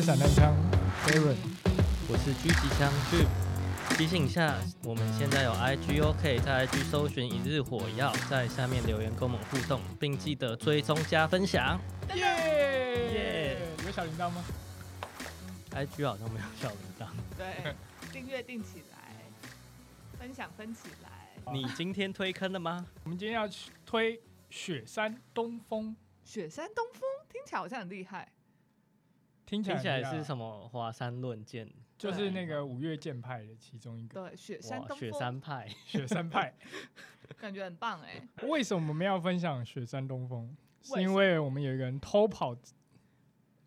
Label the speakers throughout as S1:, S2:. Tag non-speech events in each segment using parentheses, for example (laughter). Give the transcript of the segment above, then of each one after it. S1: 散弹枪 Aaron，
S2: 我是狙击枪 Jim。提醒一下，我们现在有 IG o 可以在 IG 搜寻一日火药，在下面留言跟我们互动，并记得追踪加分享。
S1: 耶！有小铃铛吗？
S2: IG 好像没有小铃铛。
S3: 对，订阅订起来，分享分起来。
S2: (laughs) 你今天推坑了吗？
S1: 我们今天要去推雪山东风，
S3: 雪山东风听起来好像很厉害，
S1: 听起来
S2: (laughs) 听起来是
S1: 么？
S2: 什么华山论剑？
S1: 啊就是那个五岳剑派的其中一个
S3: 对，雪山
S2: 哇，
S3: 东
S2: 雪
S3: 风
S2: 山派。
S1: 雪山派。
S3: 感觉很棒哎。
S1: 为什么我们要分享雪山东 (laughs) 风？
S3: 为
S1: 是因为我们有一个人偷跑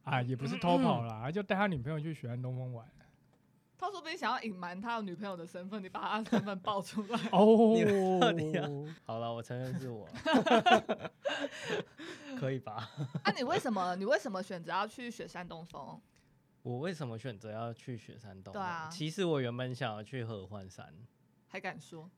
S1: 啊，也不是偷跑啦， (laughs) 他就带他女朋友去雪山东风 (laughs) 玩。。
S3: 他说不定想要隐瞒他有女朋友的身份，你把他的身份爆出来 (laughs)
S1: 哦
S2: 你们到底要好了，我承认是我，可以吧？
S3: 那、啊你为什么你为什么选择要去雪山东风？
S2: 我为什么选择要去雪山洞呢？
S3: 对啊
S2: 其实我原本想要去合欢山，
S3: 还敢说？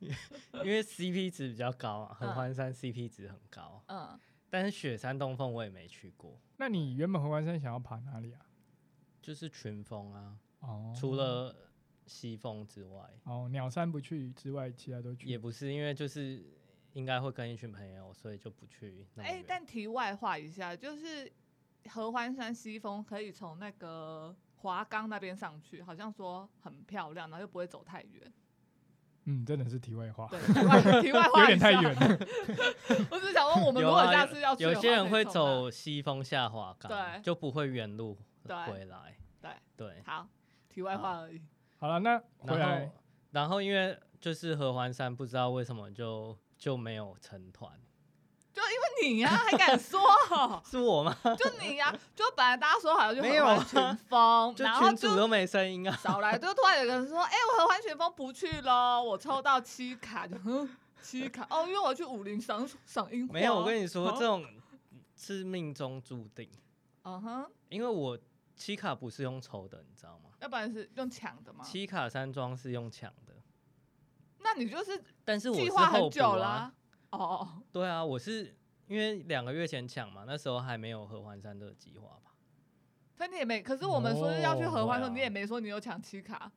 S2: 因为 CP 值比较高啊，合
S3: 嗯
S2: 欢山 CP 值很高。
S3: 嗯，
S2: 但是雪山东峰我也没去过，
S1: 那你原本合欢山想要爬哪里啊？
S2: 就是群峰啊，
S1: 哦，
S2: 除了西峰之外，
S1: 哦鸟山不去之外，其他都去。
S2: 也不是因为就是应该会跟一群朋友，所以就不去那么
S3: 哎、
S2: 远。
S3: 但题外话一下，就是合欢山西峰可以从那个华冈那边上去，好像说很漂亮，然后又不会走太远。
S1: 嗯，真的是题外
S2: 哦
S1: 话，
S3: 对，题外题外话
S1: 有
S3: 一
S1: 点
S3: 下
S1: 太远。了。
S3: 我只是想问，我们如
S2: 有
S3: 果
S2: 啊
S3: 下次要去
S2: 有
S3: 的话，
S2: 有些人
S3: 可
S2: 会
S3: 以从哪
S2: 走西峰下滑
S3: 对
S2: 岗，就不会原路
S3: 对
S2: 回来。
S3: 对
S2: 对，
S3: 好，题外话
S2: (laughs)
S3: 而已。
S1: 好了，那回
S2: 然
S1: 来
S2: 后然后因为就是合欢山，不知道为什么就就没有成团，
S3: 就你呀、啊还敢说？
S2: 是我吗？ (laughs)
S3: 就你呀、就本来大家说好要去
S2: 没有
S3: 合
S2: 啊
S3: 欢群峰， (laughs)
S2: 就
S3: 然后
S2: 群主
S3: 就
S2: 都没声音啊。
S3: 少来，就突然有个人说：“哎、我合欢群峰不去喽，我抽到七卡就哼七卡哦，因为我要去武林赏赏樱花。”
S2: 没有，我跟你说，
S3: 好
S2: 这种是命中注定，
S3: 嗯哼，
S2: 因为我七卡不是用抽的，你知道吗？
S3: 要不然是用抢的嘛。
S2: 七卡山庄是用抢的，
S3: 那你就是
S2: 但是我
S3: 计
S2: 是
S3: 划
S2: 候
S3: 很
S2: 补
S3: 久啦、
S2: 啊。
S3: 哦哦，
S2: 对啊，我是因为两个月前抢嘛，那时候还没有合欢山这个计划吧？
S3: 但你也没，可是我们说要去合欢的时候，
S2: 哦对啊
S3: 你也没说你有抢七卡。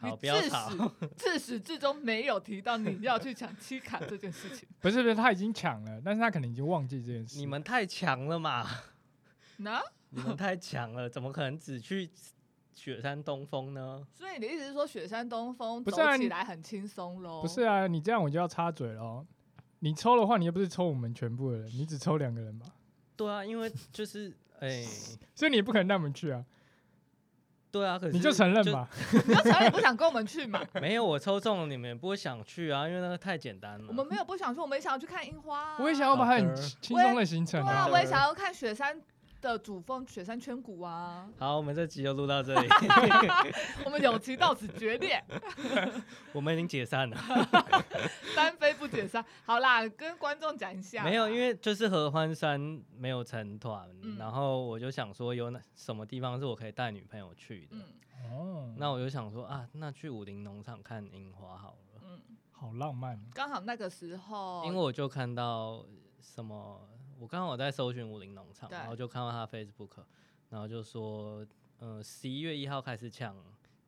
S3: 你
S2: 好，不要
S3: 自
S2: 吵。
S3: (laughs) 自始至终没有提到你要去抢七卡这件事情。
S1: 不是不是，他已经抢了，但是他可能已经忘记这件事。
S2: 你们太强了嘛！
S3: 那
S2: 你们太强了，怎么可能只去雪山东峰呢？
S3: 所以你的意思是说，雪山东风
S1: 不
S3: 走
S1: 是啊
S3: 起
S1: 你
S3: 来很轻松喽？
S1: 不是，啊，你这样我就要插嘴了哦。你抽的话，你又不是抽我们全部的人，你只抽两个人吧，
S2: 对啊，因为就是哎、
S1: 所以你也不可能带我们去啊，
S2: 对啊，可是
S1: 你就承认吧。
S3: 你要承认你不想跟我们去嘛？
S2: 就。没有我抽中了，你们也不会想去啊，因为那个太简单了。
S3: 我们没有不想去，我们也想要去看樱花、啊。
S1: 我也想要把它很轻松的行
S3: 对
S1: 程
S3: 啊，
S1: 啊。
S3: 我也想要看雪山的主峰雪山圈谷啊。
S2: 好，我们这集就录到这
S3: (laughs)
S2: 里，
S3: 我们有期到此决裂，
S2: 我们已经解散了。
S3: (laughs) 单飞不解散。好啦，跟观众讲一下啦。
S2: 没有，因为就是合欢山没有成团，
S3: 啊嗯
S2: 然后我就想说有哪什么地方是我可以带女朋友去的。
S3: 嗯
S1: 哦，
S2: 那我就想说啊，那去武林农场看樱花好了，
S3: 嗯，
S1: 好浪漫。
S3: 刚好那个时候，
S2: 因为我就看到什么，我刚好在搜寻武林农场，
S3: 对
S2: 然后就看到他 Facebook，然后就说，嗯、1十一月一号开始抢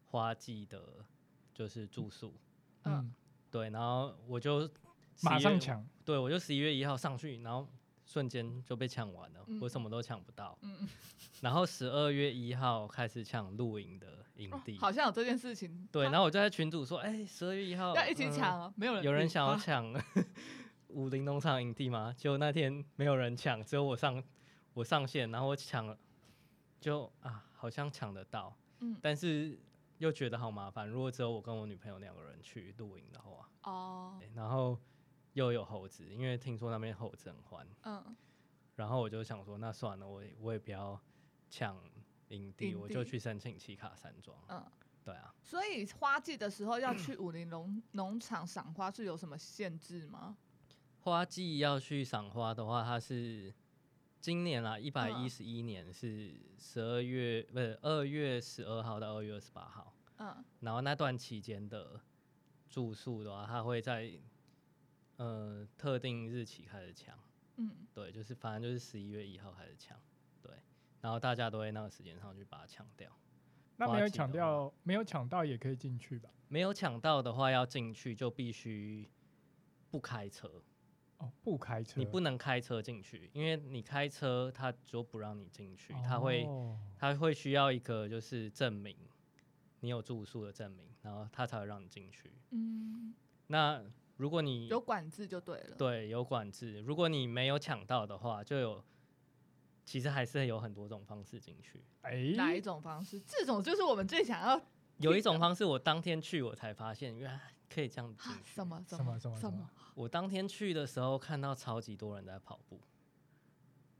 S2: 花季的，就是住宿，
S1: 嗯
S3: 嗯，
S2: 对，然后我就11
S1: 马上
S2: 月，
S1: 抢，
S2: 对我就十一月一号上去，然后瞬间就被抢完了，
S3: 嗯
S2: 我什么都抢不到，
S3: 嗯，
S2: (laughs) 然后十二月一号开始抢露营的营
S3: 哦
S2: 地。
S3: 好像有这件事情。
S2: 对，然后我就在群组说，哎、1十二月一
S3: (laughs)
S2: 号
S3: 要一起
S2: 嗯
S3: 抢啊，没有人
S2: 有人
S3: 理
S2: 想要
S3: 啊
S2: 抢 (laughs) 武林农场营地吗？就那天没有人抢，只有我上我上线，然后我抢了，就啊，好像抢得到，
S3: 嗯
S2: 但是又觉得好麻烦。如果只有我跟我女朋友两个人去露营的话，
S3: 哦，
S2: 对然后又有猴子，因为听说那边猴子很欢，
S3: 嗯，
S2: 然后我就想说，那算了，我也我也不要抢营地，
S3: 营
S2: 我就
S3: 地
S2: 去申请奇卡山庄。
S3: 嗯，
S2: 对啊，
S3: 所以花季的时候要去武林农农场赏花是有什么限制吗？
S2: 花季要去赏花的话，它是今年啦，一
S3: 嗯
S2: 百一十一年是十二月不是二月十二号到二月二十八号，
S3: 嗯，
S2: 然后那段期间的住宿的话，它会在呃特定日期开始抢，
S3: 嗯，
S2: 对，就是反正就是十一月一号开始抢，对，然后大家都会那个时间上去把它抢掉。
S1: 那没
S2: 花
S1: 有
S2: 季
S1: 抢
S2: 的
S1: 掉，没有抢到也可以进去吧？
S2: 没有抢到的话，要进去就必须不开车，
S1: 哦，不开车，
S2: 你不能开车进去，因为你开车他就不让你进去，他会
S1: 哦
S2: 他会需要一个就是证明你有住宿的证明，然后他才会让你进去。
S3: 嗯，
S2: 那如果你
S3: 有管制就对了。
S2: 对有管制，如果你没有抢到的话，就有其实还是有很多种方式进去。
S1: 哎，
S3: 哪一种方式？这种就是我们最想要
S2: 有一
S3: 听
S2: 种
S3: 的
S2: 方式，我当天去我才发现，原来可以这样进
S3: 啊
S2: 去。
S3: 什么
S1: 什么
S3: 么
S1: 什么
S3: 什
S1: 什么
S2: 我当天去的时候看到超级多人在跑步，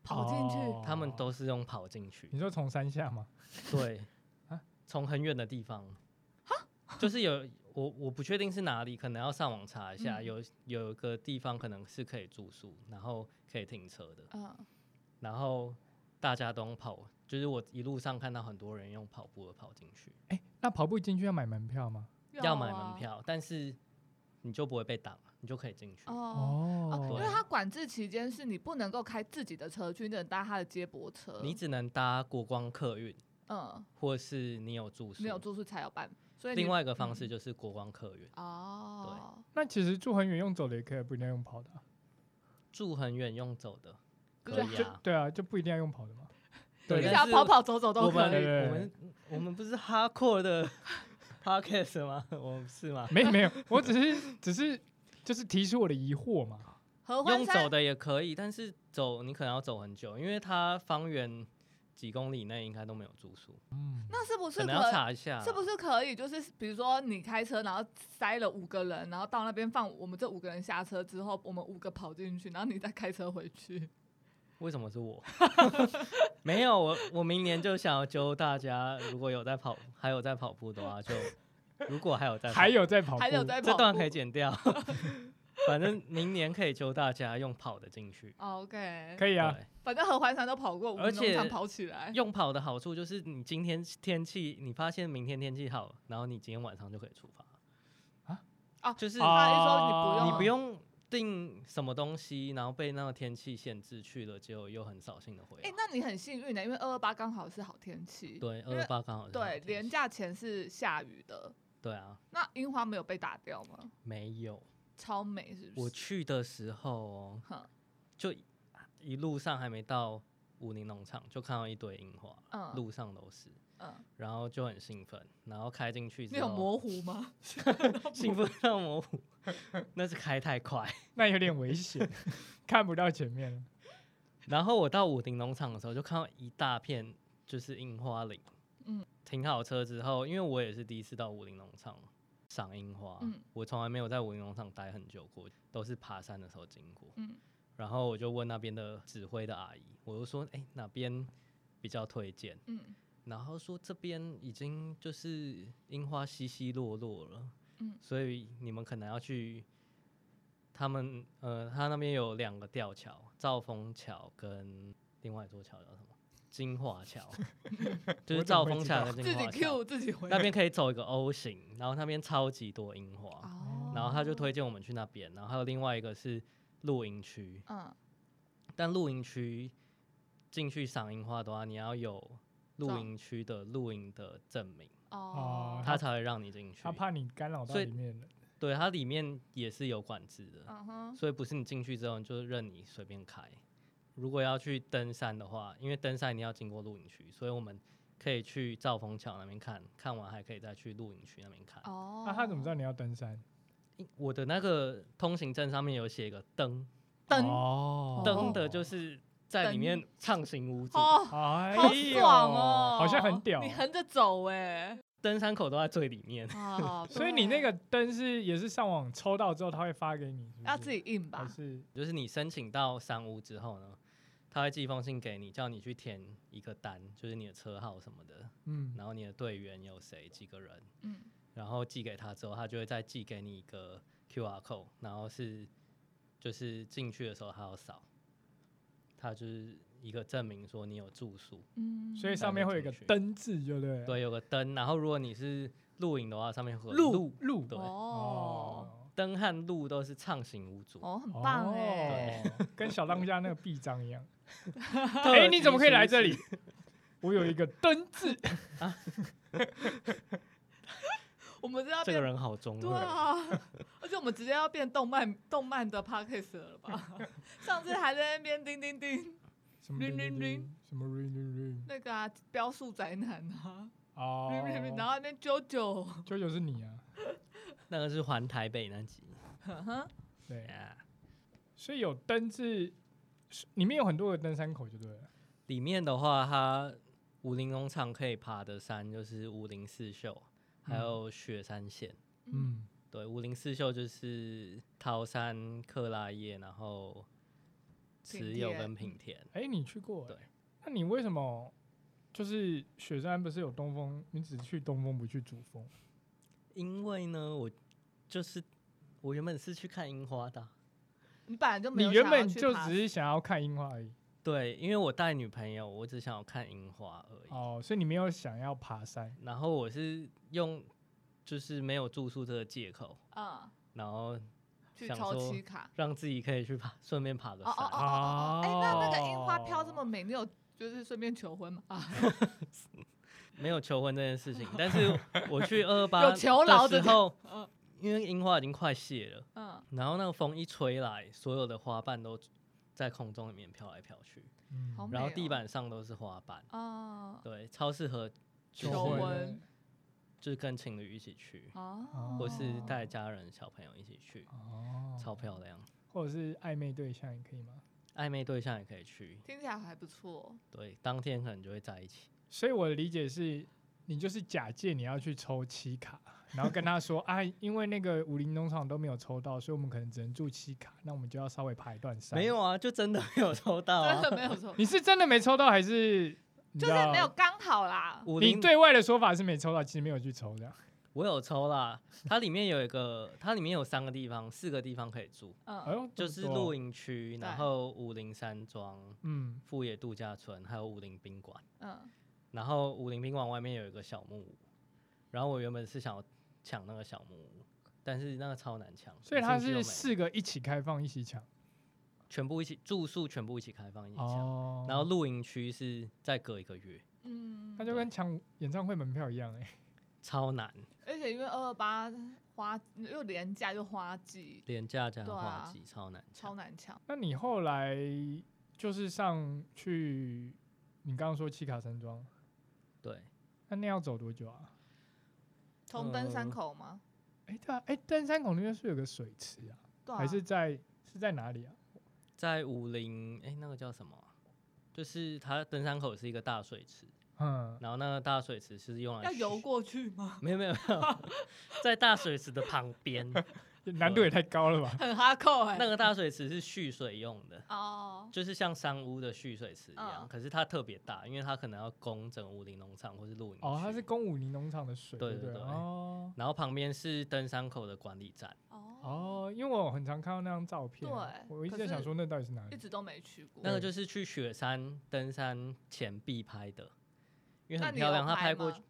S3: 跑进去
S1: 哦
S2: 他们都是用跑进去
S1: (laughs) 你，说从山下吗？
S2: 对
S1: (laughs) 啊，
S2: 从很远的地方，就是有我我不确定是哪里，可能要上网查一下，
S3: 嗯
S2: 有有个地方可能是可以住宿，然后可以停车的，
S3: 嗯，
S2: 然后大家都用跑，就是我一路上看到很多人用跑步的跑进去，
S1: 哎，那跑步进去要买门票吗？
S2: 要买
S3: 啊
S2: 门票，但是你就不会被挡，你就可以进去。
S3: 哦。哦，因
S1: 哦
S3: 为
S2: 啊对
S3: 它管制期间是你不能够开自己的车去，你只能搭他的接驳车。
S2: 你只能搭国光客运，
S3: 嗯，
S2: 或是你有住宿。
S3: 没有住宿才有办，所以你
S2: 另外一个方式
S3: 嗯
S2: 就是国光客运，
S3: 哦，
S1: 那其实住很远用走的也可以，不一定要用跑的啊。
S2: 住很远用走的，
S3: 就
S2: 可
S3: 是
S2: 以
S1: 就
S2: 啊。
S1: 对啊，就不一定要用跑的嘛。
S2: 对
S3: 你
S2: 但
S3: 想
S2: 是
S3: 要跑跑走走
S2: 啊我
S3: 都可
S2: 们
S1: 对
S3: 以。
S1: 对
S2: 我们我们不是 hardcore 的 (laughs) podcast 吗？我们是
S3: 嗯
S2: 吗？
S1: 没没有，我只是只是就是提出我的疑惑嘛。
S3: 合欢
S2: 用
S3: 山
S2: 走的也可以，但是走你可能要走很久，因为它方圆几公里内应该都没有住宿，
S1: 嗯，
S3: 那是不是
S2: 可能要
S3: 可
S2: 查一下。
S3: 是不？是可以？就是比如说你开车，然后塞了五个人，然后到那边放我们这五个人下车之后，我们五个跑进去，然后你再开车回去。
S2: 为什么是
S3: (laughs)
S2: 我？没有，我我明年就想要揪大家，如果有在跑，还有在跑步的话，就如果还有在跑
S1: 还有在跑步，
S3: 还有在跑
S2: 这段
S3: 步
S2: 可以剪掉， (laughs) 反正明年可以揪大家用跑的进去。
S3: 哦 OK，
S1: 可以啊。
S2: 对，
S3: 反正合欢山都跑过，我
S2: 而
S3: 们农
S2: 且
S3: 场跑起来。
S2: 用跑的好处就是你今天天气，你发现明天天气好，然后你今天晚上就可以出发。
S1: 啊
S3: 啊
S2: 就是
S1: 啊
S3: 他就说你
S2: 你
S3: 不
S2: 不
S3: 用，
S2: 用定什么东西，然后被那个天气限制去了，结果又很扫兴的回
S3: 哎、
S2: 来。
S3: 那你很幸运的、因为二二八刚好是好天气。
S2: 对，
S3: 因
S2: 二
S3: 为
S2: 二八刚好是好
S3: 对，
S2: 天气
S3: 连假前是下雨的，
S2: 对啊，
S3: 那樱花没有被打掉吗？
S2: 没有。
S3: 超美是不
S2: 我
S3: 是？
S2: 去的时候哦
S3: 哼，
S2: 就一路上还没到武林农场，就看到一堆樱花，
S3: 嗯
S2: 路上都是。
S3: 嗯，
S2: 然后就很兴奋，然后开进去
S3: 你
S2: 之
S3: 有
S2: 后，
S3: 模糊吗？ (laughs)
S2: 兴奋到模糊， (laughs) 那是开太快。
S1: 那有点危险，
S2: (laughs)
S1: 看不到前面了。
S2: 然后我到武林农场的时候，就看到一大片就是樱花林。嗯
S3: 嗯，
S2: 停好车之后，因为我也是第一次到武林农场赏樱花，
S3: 嗯
S2: 我从来没有在武林农场待很久过，都是爬山的时候经过。
S3: 嗯
S2: 然后我就问那边的指挥的阿姨，我就说：“哎、哪边比较推荐？”
S3: 嗯
S2: 然后说这边已经就是樱花稀稀落落了，
S3: 嗯
S2: 所以你们可能要去他们呃，他那边有两个吊桥，兆丰桥跟另外一座桥叫什么？金华桥，
S1: (laughs)
S2: 就是
S1: 我怎么
S2: 兆
S1: 会
S2: 丰
S1: 知
S2: 桥
S1: 道
S2: 跟
S3: 自
S2: 金
S3: 己
S2: 华桥
S3: Q 自己回
S2: 那边可以走一个 O 型，然后那边超级多樱花，
S3: 哦
S2: 然后他就推荐我们去那边，然后还有另外一个是露营区，
S3: 嗯
S2: 但露营区进去赏樱花的话，你要有露
S3: 照
S2: 营区的露营的证明，
S1: 哦
S3: 哦，
S2: 他才会让你进去
S1: 他。怕你干扰到
S2: 所以
S1: 里面人。
S2: 对，它里面也是有管制的，
S3: 嗯哼，
S2: 所以不是你进去之后你就任你随便开。如果要去登山的话，因为登山你要经过露营区，所以我们可以去兆丰桥那边看看完，还可以再去露营区那边看。
S3: 哦，
S1: 啊那他怎么知道你要登山？
S2: 我的那个通行证上面有写一个灯，
S3: 灯
S1: 哦
S2: 灯的就是在里
S3: 灯
S2: 面畅行无阻，
S3: 哦，
S1: 哎呦
S3: 好爽哦，
S1: 哎好像很屌
S3: 你。横着走
S1: (laughs)
S3: 哎，
S2: 登山口都在最里面。
S3: 哦，
S1: 所以你那
S3: 对
S1: 个灯是也是上网抽到之后他会发给你，是不是
S3: 要自己印
S1: 还
S3: 吧？
S1: 是
S2: 就是你申请到山屋之后呢，他会寄一封信给你，叫你去填一个单，就是你的车号什么的，
S1: 嗯
S2: 然后你的队员有谁几个人，
S3: 嗯，
S2: 然后寄给他之后，他就会再寄给你一个 QR code，然后是就是进去的时候他要扫，他就是一个证明说你有住宿，
S3: 嗯，
S1: 所以上面会有一个灯字，对不对？
S2: 对，有个灯，然后如果你是露营的话，上面会有
S1: 路
S2: 路
S1: 路
S2: 对
S3: 哦
S1: 哦
S2: 灯和路都是畅行无阻，
S1: (laughs)
S3: 哦，很棒哎，
S1: 哦跟小当家那个臂章一样。
S2: 特
S1: 哎，你怎么可以来
S2: 级
S1: 这
S2: 舒适
S1: 里？我有一个灯字，
S3: (laughs) 我们这要
S2: 这个
S3: 变
S2: 人好中
S3: 对
S2: 二，
S3: 啊， (laughs) 而且我们直接要变动漫动漫的 podcast 了吧？ (laughs) 上次还在那边叮叮叮
S1: 什么
S3: 铃铃
S1: 铃
S3: 铃
S1: 铃铃，什么铃铃铃，
S3: 那个啊，标速宅男啊，
S1: 哦，
S3: (laughs) 然后那边啾啾，
S1: 舅舅是你啊，
S2: 那个是环台北那集。
S3: 呵呵
S1: 对，
S2: Yeah
S1: 所以有灯字，是里面有很多个登山口就对了，
S2: 里面的话，它武林农场可以爬的山就是武林四秀，还有雪山线。
S3: 嗯，
S1: 嗯，
S2: 对，武林四秀就是桃山、克拉叶，然后
S3: 品
S2: 石友
S3: 田
S2: 跟品田。
S1: 哎，你去过欸
S2: 对，
S1: 那你为什么就是雪山不是有东峰，你只去东峰不去主峰？
S2: 因为呢，我就是我原本是去看樱花的啊，
S3: 你本来就没
S1: 你
S3: 有
S1: 原
S3: 想要
S1: 本
S3: 去
S1: 就
S3: 爬
S1: 只是想要看樱花而已，
S2: 对，因为我带女朋友，我只想要看樱花而已。
S1: 哦，所以你没有想要爬山，
S2: 然后我是用就是没有住宿这个借口，
S3: 嗯
S2: 然后
S3: 去
S2: 想
S3: 抽
S2: 说
S3: 期卡。
S2: 让自己可以去爬，顺便爬个
S3: 哦
S2: 山。
S3: 哦哦哦哦！哎，那那个樱花飘这么美，你有就是顺便求婚吗？ (laughs) 啊，
S2: 没有求婚这件事情，但是我去二八
S3: 有求饶
S2: 的
S3: 的
S2: 时候
S3: 嗯，
S2: 因为樱花已经快谢了，
S3: 嗯，
S2: 然后那个风一吹来，所有的花瓣都在空中里面飘来飘去，
S1: 嗯
S3: 好美
S2: 然后
S3: 哦
S2: 地板上都是花瓣，
S3: 哦
S2: 对，超适合就
S3: 求
S2: 是
S3: 婚
S2: 就是跟情侣一起去，
S3: 哦，
S2: 或是带家人小朋友一起去，
S1: 哦，
S2: 超漂亮。
S1: 或者是暧昧对象也可以吗？
S2: 暧昧对象也可以去，
S3: 听起来还不错。
S2: 对，当天可能就会在一起。
S1: 所以我的理解是，你就是假借你要去抽七卡，然后跟他说啊，因为那个武林农场都没有抽到，所以我们可能只能住七卡，那我们就要稍微爬一段山。
S2: 没有，啊，就真的没有抽到啊
S3: 真。的没有错，
S1: 你是真的没抽到还是？哦 (laughs) 你
S3: 就
S1: 知
S3: 是
S1: 道
S3: 没有。刚好啦。
S2: 武
S1: 你
S2: 林
S1: 对外的说法是没抽到，其实没有去抽这样。
S2: 我有抽啦，它里面有一个，它里面有三个地方，四个地方可以住，
S1: 哎
S3: 嗯，
S1: 呦，这
S2: 就
S1: 么
S2: 是
S1: 多
S2: 露，营区，
S3: 对
S2: 然后武林山庄、
S1: 嗯，
S2: 富野度假村，还有武林宾馆。
S3: 嗯，
S2: 然后武林宾馆外面有一个小木屋，然后我原本是想要抢那个小木屋，但是那个超难抢，
S1: 所以
S2: 一
S1: 它
S2: 进去就是没了
S1: 四个一起开放，一起抢。
S2: 全部一起住宿，全部一起开放一起抢。
S1: 哦，
S2: 然后露营区是再隔一个月，
S3: 嗯，
S1: 那就跟抢演唱会门票一样哎、
S2: 超难，
S3: 而且因为二二八花又廉价又花季，
S2: 廉价加
S3: 对啊
S2: 花季、超难
S3: 超
S2: 抢。
S3: 难抢。
S1: 那你后来就是上去，你刚刚说七卡山庄，
S2: 对，
S1: 那那要走多久啊？
S3: 从登山
S2: 呃
S3: 口吗？
S1: 哎、对啊，哎、登山口那边是有个水池啊，
S2: 呃
S3: 对啊，
S1: 还是在是在哪里啊？
S2: 在武林，哎，那个叫什么啊？就是它登山口是一个大水池，
S1: 嗯，
S2: 然后那个大水池是用来
S3: 要
S2: 洗
S3: 游？过去吗？
S2: 没有没有没有，在大水池的旁边，
S1: 难度也太高了吧？
S3: (laughs) 很哈扣哎
S2: 那。个大水池是蓄水用的，
S3: 哦，
S2: 就是像山屋的蓄水池一样，
S3: 嗯
S2: 可是它特别大，因为它可能要供整个武林农场或是露营
S1: 哦，它是
S2: 区
S1: 公武林农场的水，
S2: 对
S1: 不
S2: 对对
S1: 哦
S2: 然后旁边是登山口的管理站，
S3: 哦，
S1: 哦，因为我很常看到那张照片，
S3: 对
S1: 我一直
S3: 可
S1: 在想
S3: 是
S1: 说那到底是哪
S3: 一
S1: 里？
S3: 直都没去过。
S2: 那个
S1: 对
S2: 就是去雪山登山前必拍的，因为
S3: 那
S2: 很
S3: 你
S2: 漂
S3: 有
S2: 亮，它
S3: 拍
S2: 过
S3: 吗
S2: 去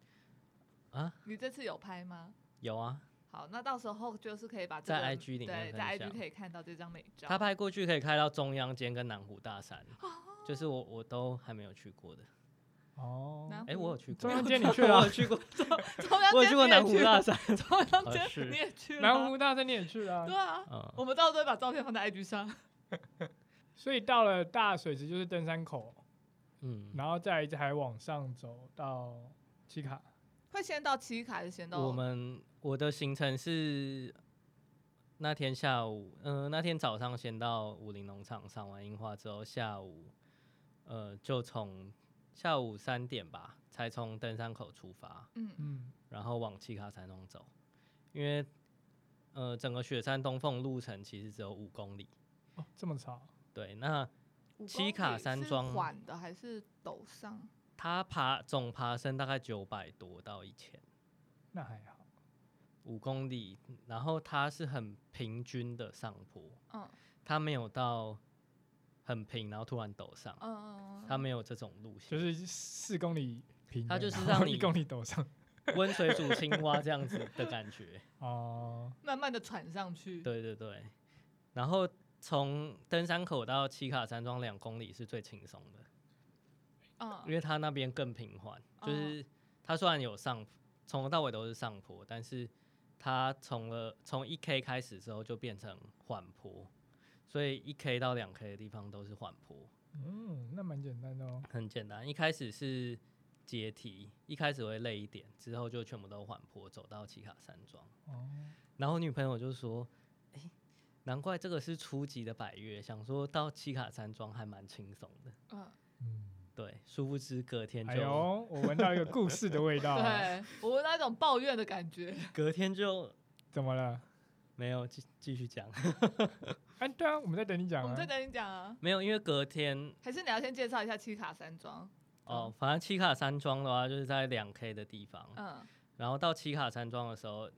S2: 啊，
S3: 你这次有拍吗？
S2: 有啊，
S3: 好，那到时候就是可以把这
S2: 在
S3: 个
S2: IG 里面
S3: 对，
S2: 分
S3: 在
S2: 享
S3: IG 可以看到这哦张美照。
S2: 它
S3: (laughs)
S2: 拍过去可以开到中央间跟南湖大山，就是我我都还没有去过的，
S1: 哦，
S3: 南
S2: 哎，
S3: 湖
S2: 我有去过，
S1: 中央
S2: 我
S1: 间你去
S2: 我
S1: 了啊
S2: 有，去过，
S3: 中央
S2: 我有
S3: 街
S2: 去过
S3: 你也
S2: 南湖大山，
S3: 中央
S2: 呃
S3: 街
S2: 是
S3: 你也去了
S1: 南湖大山你也去了
S3: 对
S1: 啊，
S3: 啊，
S2: 嗯，
S3: 我们到时候会把照片放在 IG 上。
S1: 所以到了大水池就是登山口，
S2: 嗯，
S1: 然后再还往上走到七卡，
S3: 会先到七卡还是先到？
S2: 我们我的行程是那天下午，嗯、那天早上先到武林农场赏完樱花之后，下午呃就从下午三点吧，才从登山口出发，
S3: 嗯
S1: 嗯，
S2: 然后往七卡山东走，因为呃整个雪山东凤路程其实只有五公里，
S1: 哦，这么长，
S2: 对，那
S3: 五
S2: 七
S3: 公里
S2: 卡山
S3: 是
S2: 庄
S3: 缓的还是陡上？
S2: 它爬总爬升大概九百多到一千。
S1: 那还好，
S2: 五公里，然后它是很平均的上坡，
S3: 嗯
S2: 它没有到很平，然后突然陡上，
S3: 嗯，
S2: 它没有这种路
S1: 就
S2: 线，
S1: 是四公里平的，
S2: 它就是
S1: 然后
S2: 让
S1: 一
S2: 你
S1: 公里陡上
S2: 温水煮青蛙这样子的感觉。
S1: 哦，
S3: 慢慢的喘上去。
S2: 对对对，然后从登山口到七卡山庄两公里是最轻松的，因
S3: 嗯，
S2: 为它那边更平缓，
S3: 哦
S2: 就是它虽然有上从头到尾都是上坡，但是它从了从一 K 开始之后就变成缓坡，所以一 K 到两 K 的地方都是缓坡，
S1: 嗯，那蛮简单的哦。
S2: 很简单。一开始是阶梯，一开始会累一点，之后就全部都缓坡，走到奇卡山庄。
S1: 哦，
S2: 然后我女朋友就说：“哎、难怪这个是初级的百越，想说到奇卡山庄还蛮轻松的。
S3: 嗯，
S1: 嗯，”
S2: 对，殊不知隔天就、
S1: 哎呦，我闻到一个故事的味道。，啊
S3: 对我那种抱怨的感觉，
S2: 隔天就
S1: 怎么了？
S2: 没有继继
S3: (laughs)
S2: 续讲，
S1: 哎，对啊，我们在等你讲
S3: 我们
S1: 啊
S3: 再。等你讲啊。
S2: 没有，因为隔天
S3: 还是你要先介绍一下七卡山庄？
S2: 哦，反正七卡山庄的话就是在两 K 的地方，
S3: 嗯
S2: 然后到七卡山庄的时候，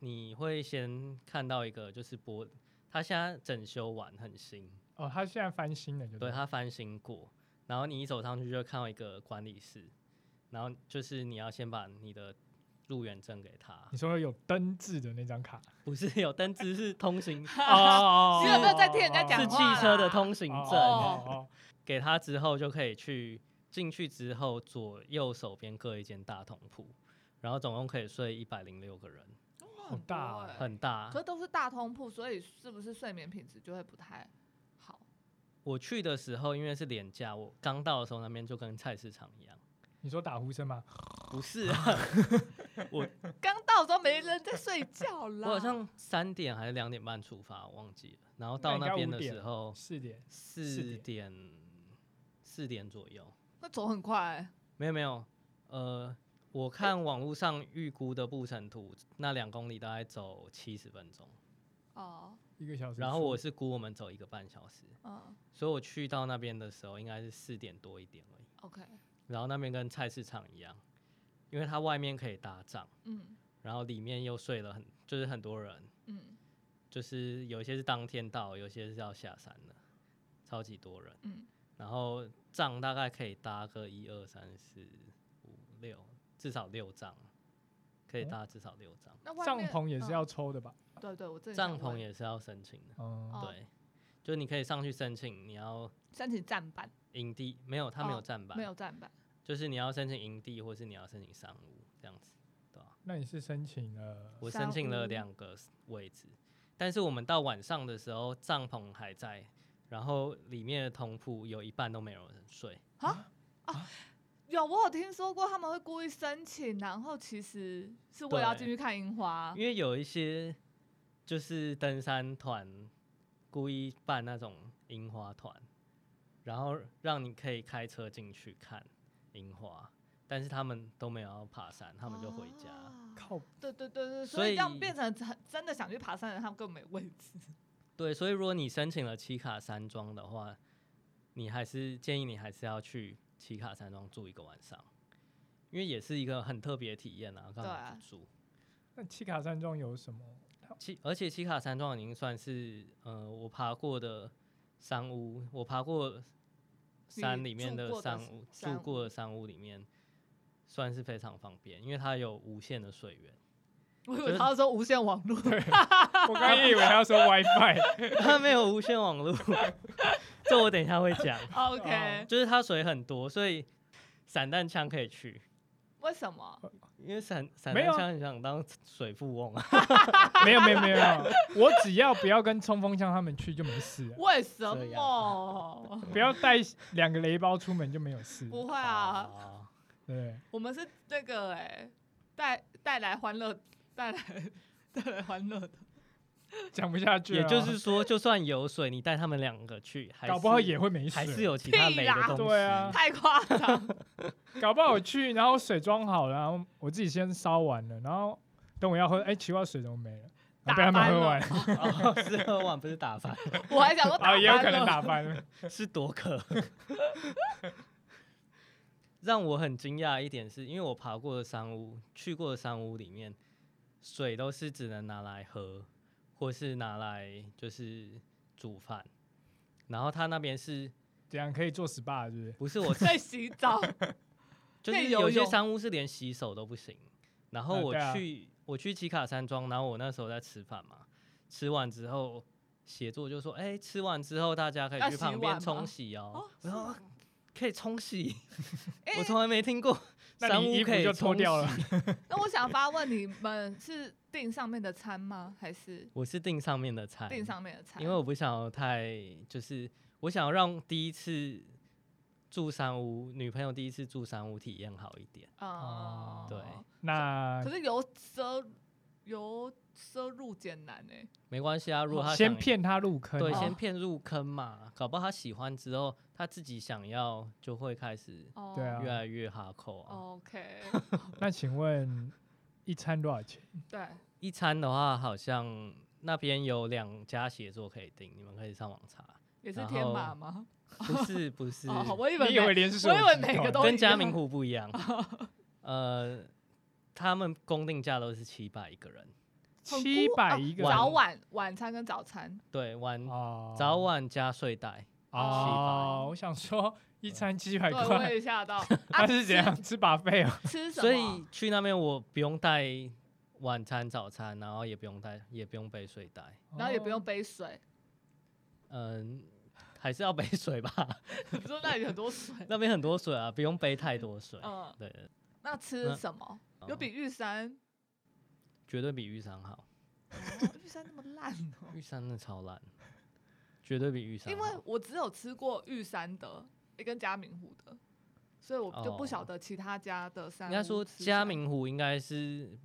S2: 你会先看到一个就是玻，它现在整修完很新，
S1: 哦，他现在翻新了，就
S3: 嗯
S2: 对，它翻新过，然后你一走上去就会看到一个管理室，然后就是你要先把你的入园证给他
S1: 你，说有灯字的那张卡，
S2: 不是有单只是通行
S1: 哦哦
S3: 你有没有在听人家讲
S2: 啊是
S3: 话
S2: 汽
S3: 啦
S2: 车的通行证。
S1: 哦哦
S2: 给他之后就可以去进去之后左右手边各一间大通铺，然后总共可以睡一百零六个人，
S1: 好大
S3: (laughs)
S1: 哦
S3: 很多欸
S2: 很大
S3: 可。是都是大通铺，所以是不是睡眠品质就会不太好？
S2: 我去的时候因为是廉价，我刚到的时候那边就跟菜市场一样，
S1: 你说打呼声吗？
S2: 不是、啊，
S3: 刚到的时候没人在睡觉
S2: (laughs) (laughs) 我
S3: 啦，
S2: 好像三点还是两点半出发，我忘记了。然后
S1: 那
S2: 到
S1: 应
S2: 那
S1: 该
S2: 边
S1: 五
S2: 的
S1: 点
S2: 时候
S1: 四点，
S2: 四点四点左右，
S3: 那走很快欸、
S2: 没有没有，呃，我看网络上预估的步程图，那两公里大概走七十分钟。
S3: 哦，
S1: 一个小时出。
S2: 然后我是估我们走一个半小时，
S3: 嗯
S2: 所以我去到那边的时候应该是四点多一点而已。
S3: ，OK，
S2: 然后那边跟菜市场一样，因为它外面可以搭帐，
S3: 嗯
S2: 然后里面又睡了很，就是很多人，
S3: 嗯
S2: 就是有些是当天到，有些是要下山的，超级多人。
S3: 嗯，
S2: 然后帐大概可以搭个一二三四五六，至少六帐，可以
S1: 哦
S2: 搭至少六帐。
S3: 那外
S1: 帐
S3: 面
S1: 篷也是要
S3: 嗯
S1: 抽的吧？
S3: 对对，我正想
S2: 帐篷
S3: 问
S2: 也是要申请的，
S1: 嗯
S3: 哦
S2: 对，就你可以上去申请，你要
S3: 申请站板，
S2: 营地没有，它没有
S3: 哦
S2: 站板，
S3: 没有站板，
S2: 就是你要申请营地，或是你要申请商务这样子，对吧、
S1: 那你是申请了？
S2: 我
S3: 商
S2: 申请了
S3: 务
S2: 两个 s- 位置，但是我们到晚上的时候，帐篷还在，然后里面的同铺有一半都没有人睡，
S3: 有，我有听说过他们会故意申请，然后其实是为了要进去看樱花
S2: 因。为有一些就是登山团故意办那种樱花团，然后让你可以开车进去看樱花，但是他们都没有要爬山，他们就回家。
S3: 啊
S1: 靠，
S3: 对对对对，
S2: 所
S3: 所以这样
S2: 以
S3: 变成很真的想去爬山的人，他们根本没位置。 (laughs)
S2: 对，所以如果你申请了七卡山庄的话，你还是建议你还是要去七卡山庄住一个晚上，因为也是一个很特别的体验啊，干
S3: 对
S2: 嘛
S3: 啊
S2: 去住？
S1: 那七卡山庄有什么？
S2: 七而且七卡山庄已经算是呃我爬过的山屋，我爬过山里
S3: 住
S2: 面的
S3: 过的
S2: 山屋，
S3: 山
S2: 住过的山屋里面算是非常方便，因为它有无限的水源，
S3: (laughs) 我以
S2: 就
S3: 为
S2: 是
S3: 他说无线网络，
S1: (laughs) 我刚以为他要说
S2: (laughs)
S1: WiFi，
S2: 它没有无线网络， (laughs) 这我等一下会讲。
S3: OK，、
S2: 就是它水很多，所以散弹枪可以去，
S3: 为什么？
S2: 因为散散
S1: 没
S2: 弹
S1: 有啊
S2: 枪很想当水富翁啊。
S1: 没有没有没有，我只要不要跟冲锋枪他们去就没事了，
S3: 为什
S2: 这
S3: 么？
S1: 不要带两个雷包出门就没有事，
S3: (laughs) 不会啊，
S2: 哦
S1: 对，
S3: 我们是那个哎、带带来欢乐，带来带来欢乐
S2: (laughs)
S3: 的。
S1: 讲不下去了，
S2: 也就是说，就算有水，你带他们两个去，还是
S1: 啊搞不好也会没
S2: 还是
S1: 水，
S2: 有其他
S3: 屁
S2: 雷的
S3: 啦
S2: 东西。
S1: 对啊
S3: 太夸张，
S1: 搞不好我去，然后水装好了，然后我自己先烧完了，然后等我要喝，哎，奇怪水怎么没了？啊然后被他们喝完，
S2: 哦，是喝完不是打翻，
S3: 我还想说打
S2: 哦
S1: 啊，也有
S3: 翻
S1: 可能
S3: 了
S1: 打翻了。
S2: 是多渴。 (laughs) 让我很惊讶一点是，因为我爬过的山屋、去过的山屋里面，水都是只能拿来喝，或是拿来就是煮饭。然后他那边是
S1: 怎样可以做 SPA 是不是？
S2: 不是我 (laughs)
S3: 在洗澡，
S2: 就是
S3: 游
S2: 有些
S3: 泳
S2: 山屋是连洗手都不行。然后
S1: 啊
S2: 我
S1: 对啊
S2: 去、我去奇卡山庄，然后我那时候在吃饭嘛，吃完之后写作就说：“哎、吃完之后大家可
S3: 要
S2: 以去
S3: 洗
S2: 旁边
S3: 碗吗
S2: 冲洗哦。
S3: 哦
S2: 我说 (laughs) 可以冲洗，
S3: 哎
S2: 我从来没听过
S1: (laughs) 那
S2: 山
S1: 你
S2: 屋
S1: 衣服
S2: 可以
S1: 就
S2: 冲
S1: 脱掉了
S2: 洗。。
S3: (laughs) 那我想发问，你们是订上面的餐吗？还是
S2: 我是订上面的餐，
S3: 订上面的餐？
S2: 因为我不想要太，就是我想要让第一次住山屋，女朋友第一次住山屋体验好一点。
S3: 啊、
S1: 嗯
S2: 对
S1: (laughs) 那
S3: 可是由奢由奢入俭难哎、
S2: 没关系啊，如果她
S1: 先
S2: 想
S1: 骗他入坑，
S2: 对，
S3: 哦
S2: 先骗入坑嘛，搞不好她喜欢之后，她自己想要就会开始
S3: 哦，
S1: 对啊
S2: 越来越哈扣啊。
S1: (laughs)
S3: OK，
S1: 那请问一餐多少钱？
S3: 对，
S2: 一餐的话，好像那边有两家协作可以订，你们可以上网查。
S3: 也是
S2: 然
S3: 天马
S2: 后
S3: 吗？
S2: 不是不是，
S3: 哦，我以为
S1: 你以为
S3: 没
S1: 连锁？
S3: 我以为哦每个都
S2: 跟
S3: 一
S2: 嘉
S3: 样
S2: 明湖不一样。呃，他们公定价都是七百一个人，
S3: 很
S1: 七
S3: 孤
S1: 百
S3: 啊
S1: 一个
S2: 晚
S1: 人
S3: 早晚晚餐跟早餐，
S2: 对，晚、
S1: 哦
S2: 早晚加睡袋。
S1: 哦，我想说一餐七百
S3: 对，我
S1: 块，
S3: 也吓到。
S1: (laughs) 他
S3: 啊
S1: 是怎样？吃把费哦？ (laughs)
S3: 吃什么？啊
S2: 所以去那边我不用带晚餐、早餐，然后也不用带，也不用背睡袋。
S3: (laughs) 然后也不
S1: 哦
S2: 哦
S3: 用背水，
S2: 嗯、还是要背水吧， (laughs)
S3: 你说那里很多
S1: (laughs)
S3: 水。
S2: 那边很多水啊，不用背太多水。
S3: 嗯，
S2: 对对，
S3: 那吃
S2: 那
S3: 什么？有比
S2: 嗯
S3: 玉山，
S2: 绝对比玉山好，
S3: 哦玉山那么烂哦。
S2: 玉山那超烂，绝对比玉山
S3: 因
S2: 好。
S3: 为我只有吃过玉山的，也跟嘉明湖的，所以我就不晓
S2: 哦
S3: 得其他家的山
S2: 应
S3: 屋吃起来。
S2: 该说嘉明湖应该是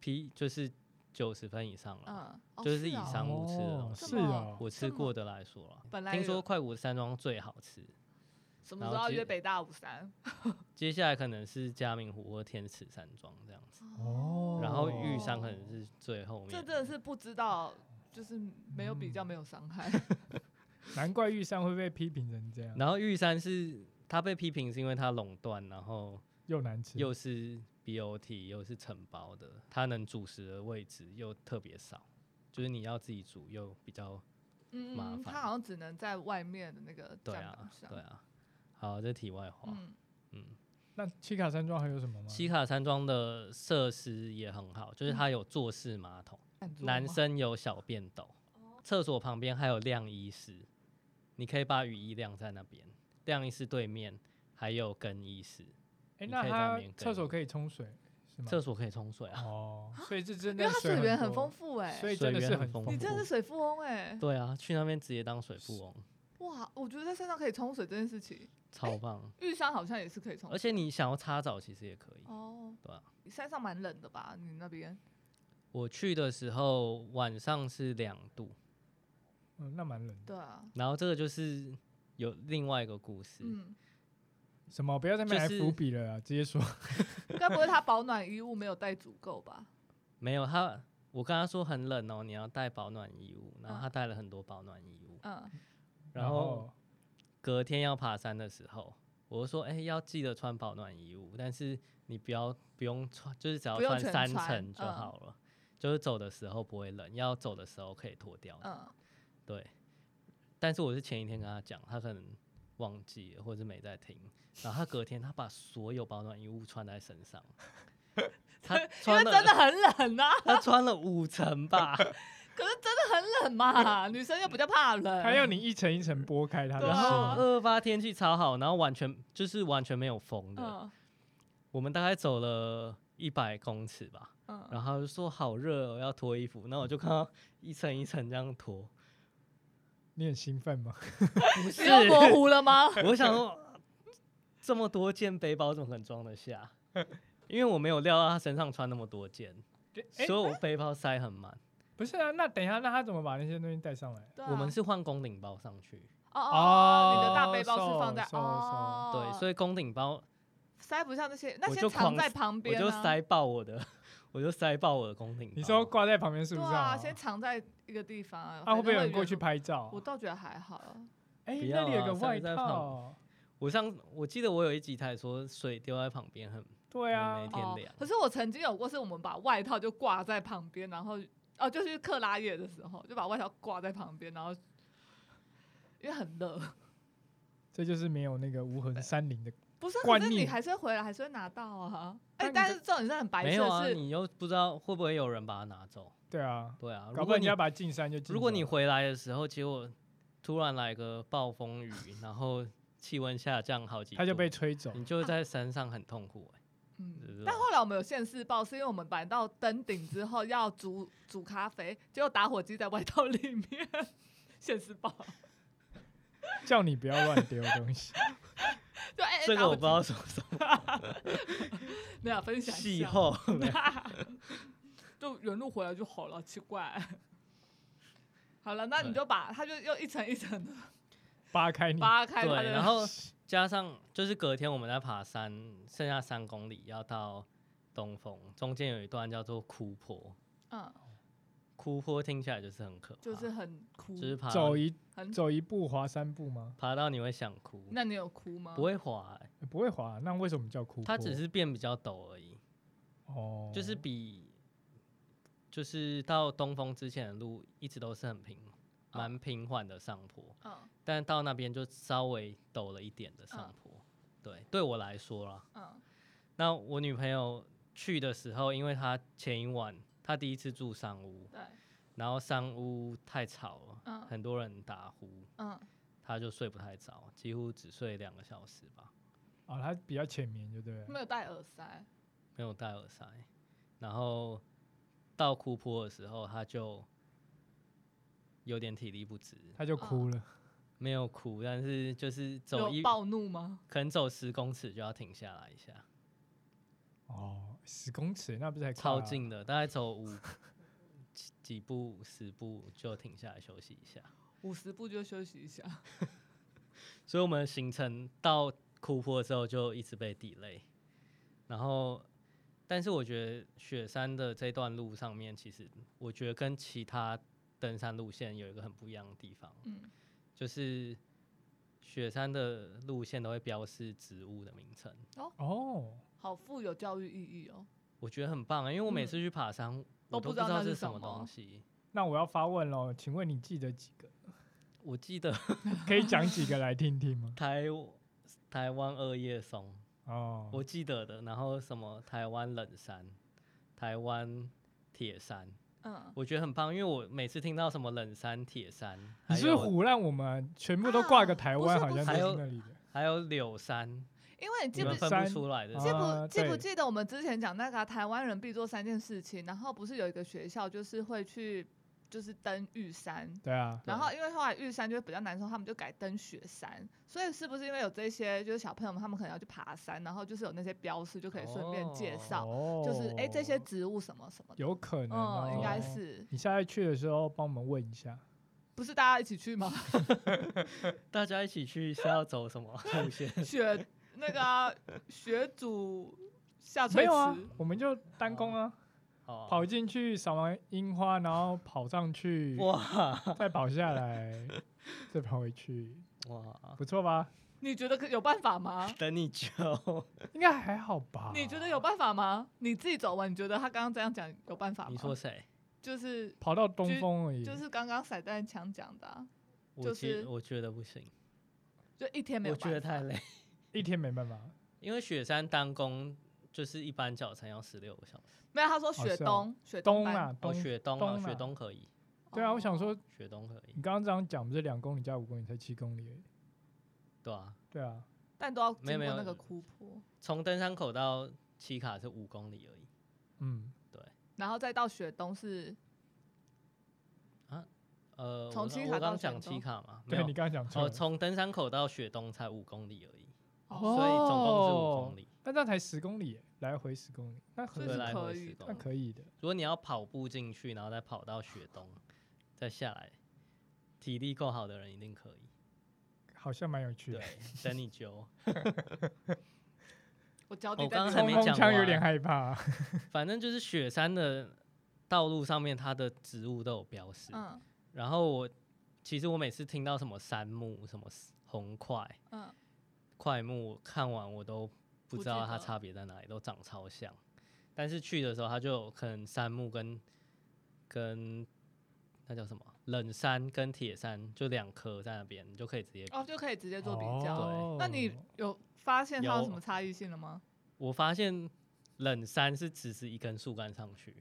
S2: P 就是九十分以上了，
S3: 嗯，哦
S2: 就是以
S3: 哦
S2: 上午吃的东西
S1: 是哦，
S2: 我吃
S3: 这么
S2: 过的来说了。
S3: 本来
S2: 听
S3: 有
S2: 说快谷山庄最好吃，
S3: 什么
S2: 然
S3: 时候
S2: 后
S3: 要
S2: 接
S3: 约北大武山？
S2: 接下来可能是嘉明湖或天池山庄这样子，
S1: 哦
S2: 然后玉山可能是最后面。
S3: 这真的是不知道，就是没有比较，没有伤
S2: (laughs)
S3: 害。
S1: 难怪玉山会被批评成这样，
S2: 然后玉山是它被批评是因为它垄断，然后
S1: 又难吃
S2: 又是 BOT 又是承包的，它能主食的位置又特别少，就是你要自己煮又比较麻
S3: 嗯，
S2: 烦
S3: 他好像只能在外面的那个
S2: 对
S3: 站
S2: 啊
S3: 板上。
S2: 对啊。好，这题外话，
S3: 嗯，
S2: 嗯
S1: 那七卡山庄还有什么吗？
S2: 西卡山庄的设施也很好，就是它有坐式马桶，
S3: 敢做
S2: 男
S3: 吗
S2: 生有小便斗，
S3: 哦
S2: 厕所旁边还有晾衣室，你可以把雨衣晾在那边。晾衣室对面还有更衣室，
S1: 哎，
S2: 你
S1: 那
S2: 可以在
S1: 它
S2: 那边
S1: 厕所
S2: 跟
S1: 可以冲水是吗？
S2: 厕所可以冲水啊。 (laughs)
S1: 哦，所以这真
S3: 因
S1: 的
S3: 为它水源很
S1: 很
S3: 丰
S1: 多，
S3: 富哎、
S1: 所以真的
S2: 水
S1: 是很
S2: 源很丰
S1: 富
S3: 你真的是水富翁哎、
S2: 对啊，去那边直接当水富翁，
S3: 哇，我觉得在山上可以冲水这件事情，
S2: 超
S3: (laughs)
S2: 棒。
S3: 玉山好像也是可以冲
S2: 而且你想要擦澡，其实也可以。
S3: 哦，
S2: 对啊
S3: 山上蛮冷的吧？你那边
S2: 我去的时候晚上是两度，
S1: 嗯，那蛮冷的。
S3: 对啊，
S2: 然后这个就是有另外一个故事。
S3: 嗯，
S1: 什么？不要再埋
S2: 就是
S1: 伏笔了啊，直接说。
S3: 该不会他保暖衣物没有带足够吧？
S2: 没有他，我跟他说很冷哦，你要带保暖衣物，然后
S3: 嗯
S2: 他带了很多保暖衣物。
S3: 嗯，
S2: 然
S1: 哦
S2: 后隔天要爬山的时候，我就说，哎、要记得穿保暖衣物，但是你不要不用穿，就是只要
S3: 不用
S2: 穿
S3: 全
S2: 三
S3: 穿
S2: 层就
S3: 嗯
S2: 好了。就是走的时候不会冷，要走的时候可以脱掉。
S3: 嗯，
S2: 对，但是我是前一天跟他讲，他可能忘记了，或者是没在听。然后他隔天他把所有保暖衣物穿在身上， (laughs)
S3: (laughs)
S2: 他
S3: 因
S2: 穿
S3: 为
S2: 了
S3: 真的啊很冷啊， (laughs)
S2: 他穿了五层吧。
S3: 可是真的很冷嘛，女生又比较怕冷。
S1: 他要你一层一层剥开他的
S3: 对
S2: 然后
S3: 啊
S1: 心，
S2: 二二八天气超好，然后完全就是完全没有风的。
S3: 嗯
S2: 我们大概走了一百公尺吧，
S3: 嗯，
S2: 然后他就说好热、哦，要脱衣服。那我就看到一层一层这样脱，
S1: 你很兴奋吗？
S2: 不是
S3: 你，又模糊了吗？
S2: (laughs) 我想说这么多件背包怎么可能装得下？因为我没有料到他身上穿那么多件，
S1: 哎
S2: 所以，我背包塞很满。
S1: 不是啊，那等一下，那他怎么把那些东西带上来？
S3: 对啊
S2: 我们是换公顶包上去，
S3: 哦哦
S1: 哦
S3: 哦，你的大背包是放在
S1: 瘦瘦瘦
S3: 哦，
S2: 对，所
S3: 以
S2: 以公顶包
S3: 塞不下那些，那
S2: 我
S3: 些
S2: 就
S3: 藏
S2: 狂
S3: 在旁
S2: 我
S3: 边啊，
S2: 就塞爆我的， (laughs) 我就塞爆我的公顶包。
S1: 你说挂在旁边树
S3: 对
S1: 上
S3: 啊，
S1: 啊？
S3: 先藏在一个地方啊。
S1: 啊，会不会有
S3: 反
S1: 人
S3: 正
S1: 过去
S3: 远？
S1: 拍照
S3: 我
S1: 啊？
S3: 倒觉得还好啊，
S1: 哎，
S2: 不要
S1: 那里有
S2: 啊
S1: 个
S2: 上
S1: 外
S2: 次在
S1: 套，
S2: 我上我记得我有一集才说水丢在旁边很
S1: 对啊
S2: 没，天
S3: 哦
S2: 凉，
S3: 可是我曾经有过，是我们把外套就挂在旁边，然后哦，就是克拉夜的时候，就把外套挂在旁边，然后因为很热，
S1: 这就是没有那个无痕山林的。
S3: 不是啊，可
S1: 惯
S3: 是你
S1: 念
S3: 还是会回来，还是会拿到啊。
S1: 但
S3: 哎、
S1: 你
S3: 但
S1: 这
S3: 是这种是很白色
S2: 没有啊，
S3: 是，
S2: 你又不知道会不会有人把它拿走。
S1: 对啊，
S2: 对啊，
S1: 搞
S2: 如
S1: 不好
S2: 果
S1: 人
S2: 你
S1: 家把进山就进走了。
S2: 如果你回来的时候，结果突然来个暴风雨，然后气温下降好几度，
S1: 他就被吹走。
S2: 你就在山上很痛苦、欸。对
S3: 嗯
S2: 对，
S3: 但后来我们有县市报，是因为我们摆到登顶之后要煮煮咖啡，结果打火机在外套里面。 (laughs) 县市报， (laughs)
S1: 叫你不要乱丢东西。 (laughs)
S3: 就哎、哎
S2: 这个我
S3: 打火机
S2: 不知道什么
S3: (laughs)
S2: 什么
S3: 没有啊分享一下
S2: 气，候，
S3: (laughs) 就原路回来就好了，奇
S2: (laughs)
S3: 怪。好了，那你就把它就又一层一层的
S1: 扒开你，
S3: 扒开它
S2: 嗯对，
S3: 的，
S2: 然后加上就是隔天我们在爬山，剩下三公里要到东峰，中间有一段叫做枯坡，
S3: 嗯，
S2: 枯坡听起来就是很可怕，
S3: 就是很哭，
S2: 啊就是爬
S1: 走一
S3: 很。
S1: 走一步滑三步吗？
S2: 爬到你会想哭，
S3: 那你有哭吗？
S2: 不会滑、欸，
S1: 不会滑，啊那为什么叫哭坡？
S2: 它只是变比较陡而已，
S1: 哦，
S2: 就是比就是到东峰之前的路一直都是很平，
S3: 哦
S2: 蛮平缓的上坡，
S3: 嗯
S2: 但到那边就稍微陡了一点的上
S3: 嗯
S2: 坡，对，对我来说啦。
S3: 嗯
S2: 那我女朋友去的时候，因为她前一晚她第一次住山屋，
S3: 对，
S2: 然后山屋太吵了，
S3: 嗯
S2: 很多人打呼，
S3: 嗯
S2: 她就睡不太着，几乎只睡两个小时吧，
S1: 啊，他比较浅眠，就对了。
S3: 没有戴耳塞，
S2: 没有戴耳塞。然后到库坡的时候，她就有点体力不支，
S1: 他就哭了。
S2: 没有哭，但是就是走
S3: 有
S2: 一
S3: 暴怒吗？
S2: 可能走十公尺就要停下来一下，
S1: 哦，十公尺，那不是还快
S2: 超
S1: 啊？
S2: 近的，大概走五几几步十步就停下来休息一下。
S3: 五十步就休息一下。
S2: 所以我们行程到库坡之后就一直被 delay，然后，但是我觉得雪山的这段路上面，其实我觉得跟其他登山路线有一个很不一样的地方，
S3: 嗯
S2: 就是雪山的路线都会标示植物的名称，
S1: 哦，
S3: 好富有教育意义哦。
S2: 我觉得很棒、啊，因为我每次去爬山，
S3: 都
S2: 我不
S3: 不知道那
S2: 是
S3: 是
S2: 什
S3: 什么
S2: 么东西。
S1: 那我要发问喽，请问你记得几个？ (laughs)
S2: 我记得
S1: 可以讲几个来听听吗？
S2: 台台湾二叶松，
S1: 哦，
S2: 我记得的，然后什么台湾冷山、台湾铁山，
S3: 嗯，
S2: 我觉得很棒，因为我每次听到什么冷山、铁山，
S1: 你
S2: 还
S1: 是不是
S2: 有
S1: 胡乱我们全部都挂个
S3: 啊
S1: 台湾，
S3: 不
S1: 好
S3: 是
S1: 像
S2: 不
S1: 都
S2: 是
S1: 是那里的。
S2: 还有柳山，
S3: 因为你
S2: 你
S3: 记不
S2: 们
S1: 柳
S2: 分
S1: 山
S2: 不出来的
S1: 啊
S3: 记
S1: 呃
S3: 不记不
S1: 对
S3: 记得我们之前讲那个啊台湾人必做三件事情，然后不是有一个学校就是会去就是登玉山，
S1: 对啊，
S3: 然
S2: 对
S3: 后因为后来玉山就比较难受，他们就改登雪山，所以是不是因为有这些就是小朋友们他们可能要去爬山，然后就是有那些标识就可以顺便介绍，
S1: 哦，
S3: 就是哎、这些植物什么什么的，
S1: 有可能哦，
S3: 嗯，应该是
S1: 你下次去的时候帮我们问一下。
S3: 不是大家一起去
S1: (laughs)
S3: 吗？
S2: 大家一起去是要走什么路 (laughs) 线？
S3: 雪那个啊、雪主下
S1: 没
S3: 垂
S1: 有啊
S3: 池，，
S1: 我们就单攻啊，
S2: 哦，
S1: 跑进去赏完樱花，然后跑上去，
S2: 哇
S1: 再跑下
S2: (laughs)
S1: 来，再跑回去，
S2: 哇，
S1: 不错吧？
S3: 你觉得可有办法吗？
S2: 等你久，
S1: 应该还好吧？
S3: 你觉得有办法吗？你自己走完，你觉得他刚刚这样讲有办法吗？
S2: 你说谁？
S3: 就是
S1: 跑到东风而已？
S3: 就是刚刚散弹枪讲的啊、
S2: 我
S3: 就
S2: 觉
S3: 是
S2: 我觉得不行，
S3: 就一天没有
S2: 我
S3: 办法。
S2: 觉得太累，
S1: 一天没办法，
S2: 因为雪山单攻就是一般脚程要十六个小时，
S3: 没有，他说
S1: 是
S3: 雪
S1: 哦
S3: 冬，雪冬
S1: 东
S3: 班
S1: 啊
S2: 哦，
S1: 东，
S2: 雪冬啊，
S1: 冬啊
S2: 雪冬可以，
S1: 对啊，我想说
S3: 哦，
S2: 雪冬可以
S1: 你，刚刚这样讲，不是两公里加五公里才七公里而已？
S2: 对啊，
S1: 对啊，
S3: 但都要经
S2: 没有
S3: 过
S2: 没有
S3: 那个哭坡，
S2: 从登山口到七卡是五公里而已
S1: 嗯，
S3: 然后再到雪冬是，
S2: 啊。呃，
S3: 从
S2: 我
S3: 七
S2: 刚
S3: 卡
S2: 我刚
S3: 到
S2: 讲
S3: 雪
S2: 七
S3: 冬
S2: 卡嘛，没
S1: 对
S2: 有
S1: 你刚刚讲错
S2: 哦，
S1: 了，
S2: 从登山口到雪东才五公里而已，
S1: 哦
S2: 所以总共是五公里。
S1: 但这样才十公里耶，来回十公里，那
S3: 这
S1: 可
S3: 是
S2: 对
S1: 以，
S2: 来
S3: 可
S2: 回
S3: 以
S2: 10
S3: 的
S2: 公
S1: 那
S2: 里
S1: 可以的。
S2: 如果你要跑步进去，然后再跑到雪东，再下来，体力够好的人一定可以。
S1: 好像蛮有趣
S2: 对
S1: 的，，
S2: 等你揪。
S3: 我脚
S2: 哦
S3: 底
S2: 我
S3: 在
S2: 刚
S3: 这
S2: 刚
S3: 里
S1: 冲
S2: 还没
S1: 锋
S2: 讲
S1: 枪有
S2: 完
S1: 点害怕，
S2: 反正就是雪山的道路上面，它的植物都有标识。
S3: 嗯
S2: 然后我其实我每次听到什么杉木、什么红块、
S3: 嗯，
S2: 块木，我看完我都不
S3: 不
S2: 知道
S3: 记
S2: 它
S3: 得
S2: 差别在哪里，都长超像。但是去的时候，它就有可能杉木跟跟那叫什么冷杉跟铁杉就两颗在那边，你就可以直接。
S3: 哦，就可以直接做比较。
S1: 哦
S3: 那你有发现它有
S2: 有
S3: 什么差异性了吗？
S2: 我发现冷杉是直直一根树干上去，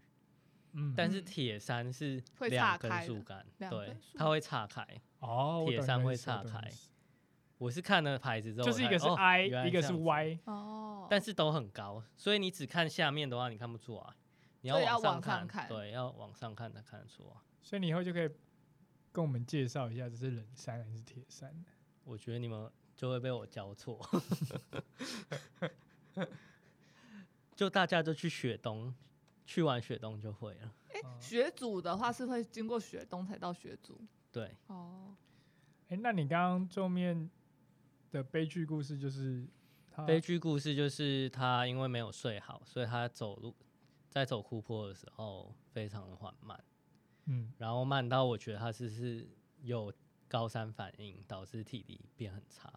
S1: 嗯，
S2: 但是
S3: 嗯
S2: 铁杉是
S3: 会岔
S2: 两
S3: 开
S2: 根
S3: 的
S2: 树干，
S3: 两
S2: 对
S3: 根，树
S2: 它会岔开。
S1: 哦，我
S2: 铁
S1: 懂你
S2: 山
S1: 的
S2: 会
S1: 意思我
S2: 岔
S1: 懂你的
S2: 开
S1: 意思
S2: 我是看了牌子之后，
S1: 就是一个是
S2: 我才
S1: I，、
S2: 哦、原来
S1: 一个
S2: 这
S1: 是
S2: 样子
S1: Y，
S3: 哦，
S2: 但是都很高，所以你只看下面的话，你看不出啊。你
S3: 所以要
S2: 往
S3: 往上
S2: 看，
S3: 看
S2: 对，要往上看才看得出啊。
S1: 所以你以后就可以跟我们介绍一下这是冷杉还是铁杉。
S2: 我觉得你们就会被我教错， (laughs) 就大家就去雪东，去完雪东就会了。
S3: 哎、
S1: 哦
S3: 学组的话是会经过雪冬才到学组
S2: 对，
S3: 哦，
S1: 哎、那你刚刚后面的悲剧故事就是他
S2: 悲剧故事就是他因为没有睡好，所以他走路在走库坡的时候非常的缓慢，
S1: 嗯，
S2: 然后慢到我觉得他是是有高山反应，导致体力变很差，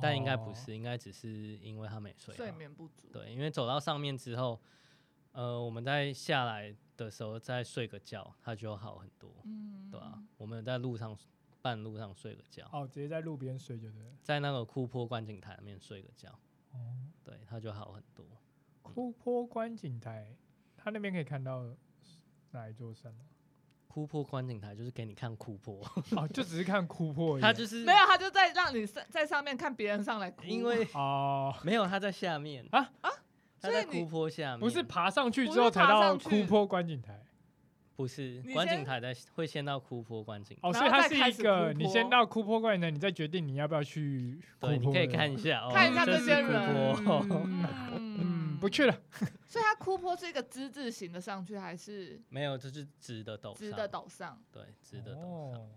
S2: 但应该不
S1: 哦，
S2: 是，应该只是因为他没睡
S3: 睡
S2: 好。
S3: 眠不足。
S2: 啊对，因为走到上面之后，呃，我们在下来的时候再睡个觉，它就好很多，
S3: 嗯，
S2: 对吧、啊我们在路上半路上睡个觉，
S1: 哦，直接在路边睡就对了。
S2: 在那个库坡观景台那面睡个觉，
S1: 哦，
S2: 对，它就好很多。
S1: 库坡观景台，它那边可以看到哪一座山吗？
S2: 库坡观景台就是给你看库坡，
S1: (laughs) 哦，就只是看库泊而已啊，
S2: 它就是
S3: 没有，他就在让你上在上面看别人上来哭，
S2: 因为
S1: 哦，
S2: 没有它在下面
S1: 啊
S2: 啊，它在
S3: 所以你
S2: 库坡下面，
S1: 不是爬上去
S3: 不
S1: 之
S3: 是
S1: 后才
S3: 爬
S1: 到
S3: 上
S1: 库
S3: 去
S1: 坡观景台。
S2: 不是
S3: 你
S2: 观景
S3: 先
S2: 台在会先到库坡观景台，
S1: 哦，
S3: 然
S1: 所以
S3: 后
S1: 它
S3: 再
S1: 是
S3: 开
S1: 一
S3: 始
S1: 个，
S3: 库
S1: 你先
S3: 坡
S1: 到库坡观景台，你再决定你要不要去库
S2: 对，你
S1: 坡
S2: 可以
S1: 的
S2: 看一下哦，
S3: 看一下
S2: 这
S3: 这
S2: 是
S3: 些
S2: 库
S3: 人
S2: 坡
S1: 嗯，
S3: 嗯
S1: 不去了。
S3: 所以它哭坡是一个之字形的上去，还是
S2: 没有，就是直的陡上，
S3: 直的陡上？
S2: 对，直的陡上。
S1: 哦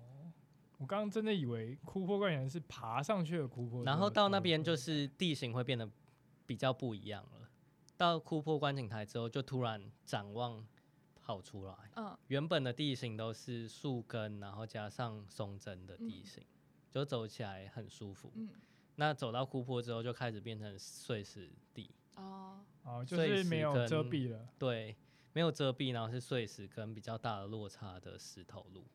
S1: 我刚刚真的以为库坡观景台是爬上去的库坡，
S2: 然后到那边就是是地形会变得比较不一样了。到库坡观景台之后，就突然展望跑出来，
S3: 嗯，
S2: 原本的地形都是树根，然后加上松针的地形，就走起来很舒服。
S3: 嗯
S2: 那走到库坡之后，就开始变成碎石地，
S3: 哦，
S1: 哦，就
S2: 碎
S1: 是
S2: 石
S1: 没有遮
S2: 跟
S1: 蔽了。哦
S2: 对，没有遮蔽，然后是碎石跟比较大的落差的石头路。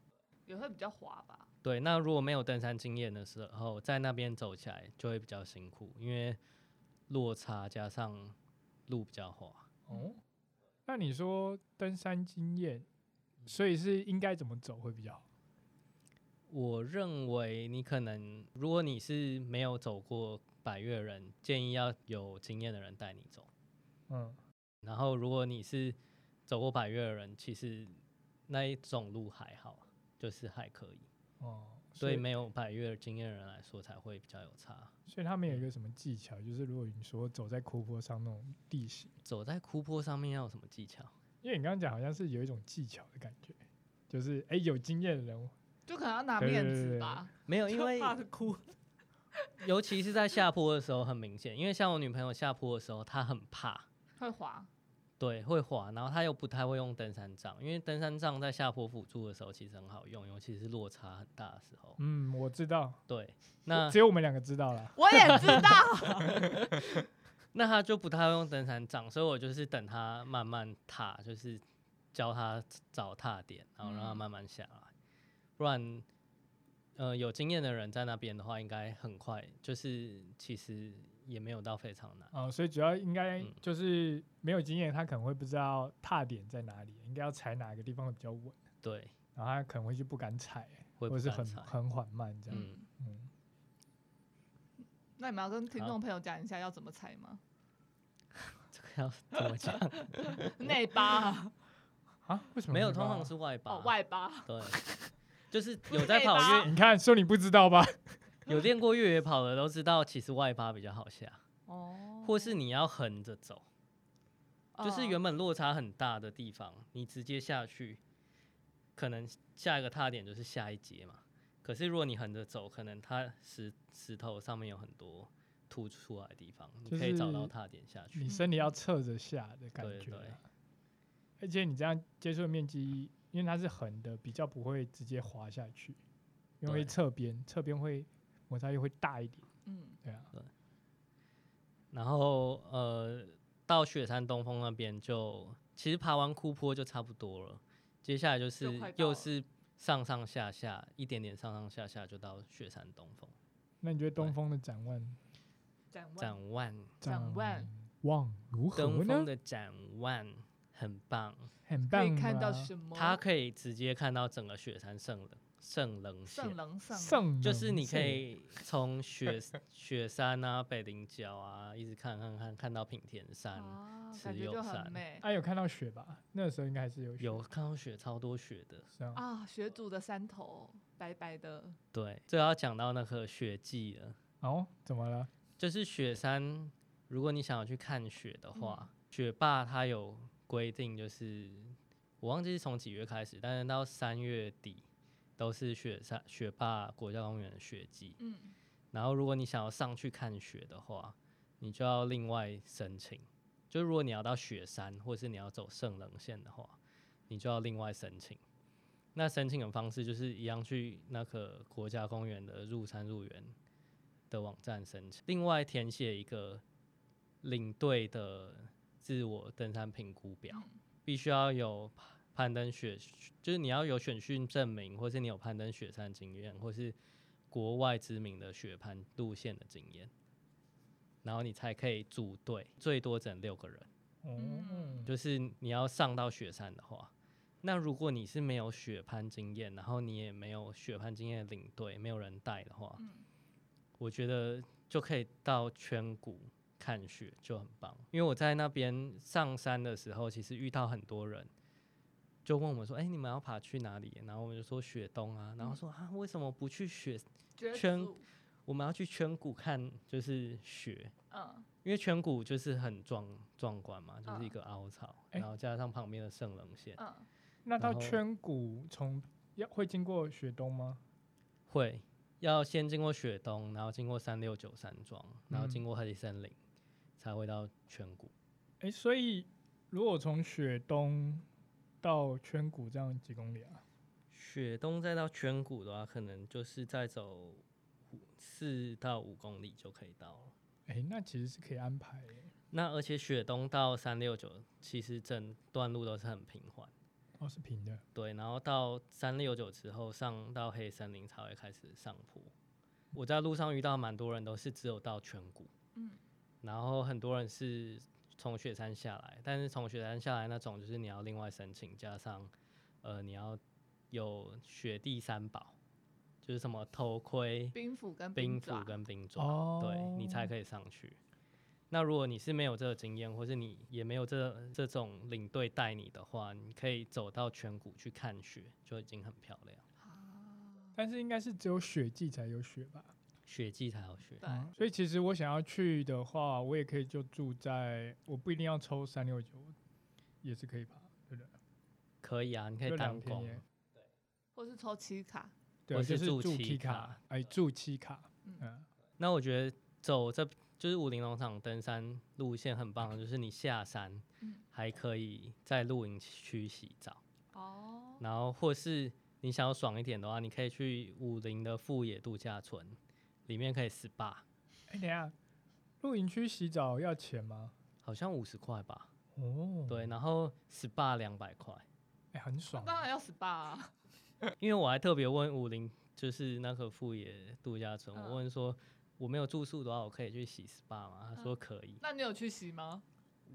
S3: 也会比较滑吧。
S2: 对，那如果没有登山经验的时候，在那边走起来就会比较辛苦，因为落差加上路比较滑。
S1: 哦，那你说登山经验，所以是应该怎么走会比较好？
S2: 我认为你可能，如果你是没有走过百越人，建议要有经验的人带你走。
S1: 嗯，
S2: 然后，如果你是走过百越的人，其实那一种路还好，就是还可以。
S1: 哦，所
S2: 对
S1: 以
S2: 没有百越经验的人来说，才会比较有差。
S1: 所以他们有一个
S2: 嗯
S1: 什么技巧，就是如果你说走在库坡上那种地形，
S2: 走在库坡上面要有什么技巧？
S1: 因为你刚刚讲好像是有一种技巧的感觉，就是哎、有经验的人，
S3: 就可能要拿
S1: 对对
S3: 面
S1: 对对
S3: 子吧，
S2: 没有，因
S1: (laughs)
S2: 为
S3: 怕哭。
S2: 尤其是在下坡的时候很明显，因为像我女朋友下坡的时候，她很怕，
S3: 会滑，
S2: 对，会滑，然后她又不太会用登山杖，因为登山杖在下坡辅助的时候其实很好用，尤其是落差很大的时候。
S1: 嗯，我知道，
S2: 对，那
S1: 只有我们两个知道啦。
S3: 我也知道。
S2: 那她就不太会用登山杖，所以我就是等她慢慢踏，就是教她找踏点，然后让她
S3: 嗯
S2: 慢慢下来，不然。呃，有经验的人在那边的话，应该很快，就是其实也没有到非常难。
S1: 啊、所以主要应该
S2: 嗯
S1: 就是没有经验，他可能会不知道踏点在哪里，应该要踩哪个地方会比较稳，
S2: 对，
S1: 然后他可能会就不敢踩，
S2: 会
S1: 或
S2: 不
S1: 者是
S2: 敢
S1: 很
S2: 踩。
S1: 很缓慢这样。
S2: 嗯
S1: 嗯，
S3: 那你们要跟听
S2: 好
S3: 众朋友讲一下要怎么踩吗？
S2: 这个要
S1: (laughs)
S2: 怎么讲？
S3: 内八啊
S1: 啊，为什么
S2: 没有，
S1: 会
S2: 通
S1: 吧
S2: 常是外八。
S3: 哦，外八。
S2: 对， (laughs) 就是有在跑
S3: 内八
S2: 越
S1: 你看，说你不知道吧？
S2: 有练过越野跑的都知道，其实外八比较好下，
S3: 哦，
S2: 或是你要横着走，就是
S3: 嗯
S2: 原本落差很大的地方，你直接下去，可能下一个踏点就是下一节嘛。可是如果你横着走，可能它石石头上面有很多凸出来的地方，你可以
S1: 就
S2: 找
S1: 是
S2: 到踏点下去。
S1: 你身体要侧着下的感
S2: 对
S1: 觉啊、
S2: 对
S1: 而且你这样接触的面积，因为它是横的，比较不会直接滑下去，因为
S2: 对
S1: 会侧边，侧边会摩擦力会大一点。
S3: 嗯，
S1: 对啊，
S2: 然后呃，到雪山东峰那边就其实爬完库坡就差不多了，接下来
S3: 就
S2: 就
S3: 是快到
S2: 又
S3: 了
S2: 是上上下下一点点上上下下就到雪山东峰
S1: 那你觉得东峰的展望
S3: 展望
S2: 展望，
S3: 展望
S1: 望如何
S2: 登峰
S1: 呢？
S2: 的展望很棒，
S1: 很
S3: 可
S1: 棒啊
S3: 以
S1: 吗。
S3: 看到什么？
S2: 它可以直接看到整个雪山圣冷圣
S3: 圣
S2: 冷线，
S3: 冷圣冷
S1: 圣人
S2: 就是你可
S1: 线
S2: 以从雪 (laughs) 雪山啊、北岭角啊，一直看看看看到品田山，
S3: 啊，
S2: 慈
S3: 感觉
S2: 幼
S3: 就很
S2: 山
S3: 美
S1: 啊，有看到雪吧？那时候应该还是有雪。
S2: 有看到雪，超多雪的。
S1: 是啊，
S3: 啊。雪主的山头白白的，
S2: 对，这要讲到那个雪季了，
S1: 哦，怎么了？
S2: 就是雪山，如果你想要去看雪的话，
S3: 嗯
S2: 雪霸它有规定，就是我忘记是从几月开始，但是到三月底都是雪山雪霸国家公园的雪季。
S3: 嗯，
S2: 然后如果你想要上去看雪的话，你就要另外申请。就如果你要到雪山，或是你要走圣棱线的话，你就要另外申请。那申请的方式就是一样去那个国家公园的入山入园的网站申请，另外填写一个领队的自我登山评估表，必须要有攀登雪，就是你要有选训证明，或是你有攀登雪山经验，或是国外知名的雪攀路线的经验，然后你才可以组队，最多整六个人。
S1: 哦
S3: 嗯，
S2: 就是你要上到雪山的话，那如果你是没有雪攀经验，然后你也没有雪攀经验的领队，没有人带的话，
S3: 嗯
S2: 我觉得就可以到圈谷看雪，就很棒。因为我在那边上山的时候，其实遇到很多人。就问我们说，哎、你们要爬去哪里？然后我们就说雪东啊，然后说啊，为什么不去雪？
S3: 雪
S2: 圈
S3: 主，
S2: 我们要去圈谷看，就是雪，
S3: 嗯
S2: 因为圈谷就是很壮壮观嘛，就是一
S3: 嗯
S2: 个凹槽，
S1: 哎
S2: 然后加上旁边的圣棱线，
S3: 嗯，
S1: 那到
S2: 然后
S1: 圈谷从要会经过雪东吗？
S2: 会要先经过雪东，然后经过三六九山庄，然后经
S1: 嗯
S2: 过黑森林，才会到圈谷。
S1: 诶，所以如果从雪东到圈谷这样几公里啊？
S2: 雪东再到圈谷的话，可能就是再走五四到五公里就可以到了。
S1: 诶，那其实是可以安排耶。
S2: 那而且雪东到三六九，其实整段路都是很平缓，
S1: 哦，是平的。
S2: 对，然后到三六九之后上到黑森林才会开始上坡。我在路上遇到蛮多人都是只有到全谷，
S3: 嗯
S2: 然后很多人是从雪山下来，但是从雪山下来那种就是你要另外申请，加上呃你要有雪地三宝，就是什么头盔、
S3: 冰斧跟
S2: 冰
S3: 爪
S2: 斧跟冰爪，
S1: 哦，
S2: 对你才可以上去。那如果你是没有这个经验，或是你也没有这这种领队带你的话，你可以走到全谷去看雪，就已经很漂亮。
S3: 啊
S1: 但是应该是只有雪季才有雪吧？
S2: 雪季才有雪，
S3: 对
S1: 嗯所以其实我想要去的话，我也可以就住在，我不一定要抽三六九，也是可以吧？对不对？
S2: 可以啊，你可
S1: 就
S2: 以
S1: 两
S2: 单
S1: 天
S2: 攻
S1: 耶。
S3: 或是抽七卡，
S1: 对，
S2: 或
S1: 就是是
S2: 住
S1: 住
S2: 七
S1: T
S2: 卡
S1: 卡，哎，住七卡，
S3: 嗯
S1: 嗯，
S2: 那我觉得走这就是武林农场登山路线很棒，就是你下山
S3: 嗯
S2: 还可以在露营区洗澡，
S3: 哦，
S2: 然后或是你想要爽一点的话，你可以去武林的富野度假村，里面可以 SPA，
S1: 哎，等一下，露营区洗澡要钱吗？
S2: 好像五十块吧，
S1: 哦，
S2: 对，，然后 SPA 两百块，
S1: 哎，很
S3: 那
S1: 爽，
S3: 当然要 SPA 啊
S2: 因为我还特别问武林，就是那个富野度假村，
S3: 嗯
S2: 我问说我没有住宿的话，我可以去洗 SPA 吗？他说可以，
S3: 那你有去洗吗？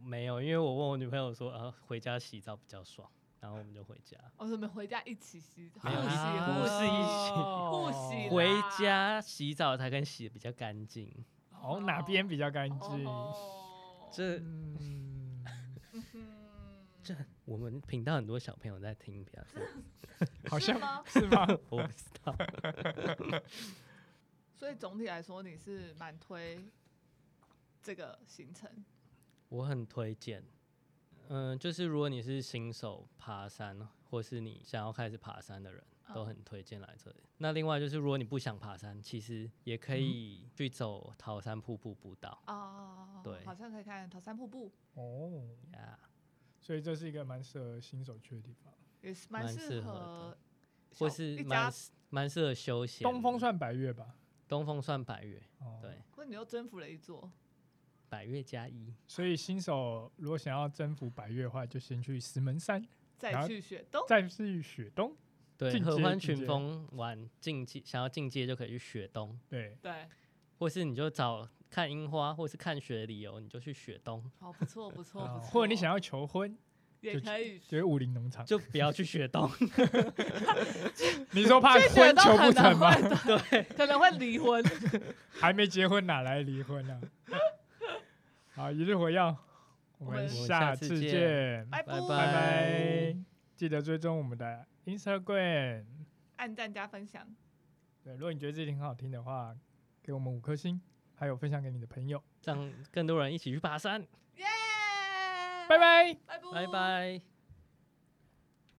S2: 没有，因为我问我女朋友说，啊，回家洗澡比较爽，然后我们就回家。
S3: 哦我怎么回家一起洗？
S2: 没有
S3: 互洗
S2: 啊
S3: 合
S2: 不是一
S3: 不洗
S2: 起回
S3: 啦
S2: 家洗澡才跟洗的比较干净，
S1: 哦，哪边比较干净？
S3: 哦，
S2: 这
S3: (laughs)
S1: 嗯，
S3: 嗯哼
S2: 这我们频道很多小朋友在听，不要这样，
S1: 好
S3: 是
S1: 像
S3: 吗？
S1: 是吗？
S3: (laughs)
S2: 我不知道。
S3: 所以总体来说，你是蛮推这个行程，
S2: 我很推荐，嗯、就是如果你是新手爬山，或是你想要开始爬山的人，
S1: 哦
S2: 都很推荐来这里。那另外就是，如果你不想爬山，其实也
S1: 嗯
S2: 可以去走桃山瀑布步道
S3: 啊，
S2: 对
S3: 好像可以看桃山瀑布，
S1: 哦，
S2: 呀
S1: 所以这是一个蛮适合新手去的地方。
S3: 也是
S2: 蛮
S3: 适
S2: 适合
S3: 合小，
S2: 或是
S3: 一
S2: 蛮
S3: 家，
S2: 适蛮适合休闲。
S1: 东风算百越吧？
S2: 东风算百越，
S1: 哦，
S2: 对，
S3: 或者你又征服了一座，
S2: 百越加一。
S1: 所以新手如果想要征服百越的话，就先去石门山，然
S3: 再
S1: 后
S3: 去雪东，
S1: 再去雪东。
S2: 对，
S1: 进
S2: 合
S1: 阶进
S2: 欢群
S1: 阶
S2: 峰玩进阶，想要进阶就可以去雪东，
S1: 对，
S3: 对，
S2: 或是你就找看樱花，或是看雪的理由，你就去雪东。
S3: 哦好，不错，不错，
S1: 啊
S3: 不错，
S1: 或者你想要求婚，
S3: 也可以
S1: 就是武
S3: (laughs)
S1: 林农场。
S2: 就不要去雪 (laughs) 洞。
S1: 你说怕
S3: 去雪
S1: 婚
S3: 都可
S1: 求啊不成
S3: 能
S2: (laughs)
S1: 吗？
S3: 会，对，可能会离婚。
S1: 还没结婚哪来离婚啊？好，一日火药，我
S3: 我们
S1: 们
S2: 下
S1: 下
S2: 次
S1: 次
S2: 见
S1: 见，
S3: 拜
S2: 拜
S1: 拜
S2: 拜
S1: 拜，记得追踪我们的 Instagram。
S3: 按赞加分享，
S1: 对，如果你觉得这集很好听的话，给我们五颗星，还有分享给你的朋友。
S2: 让更多人一起去爬山。
S3: 耶！
S1: 拜拜。
S3: 拜拜
S2: 拜拜。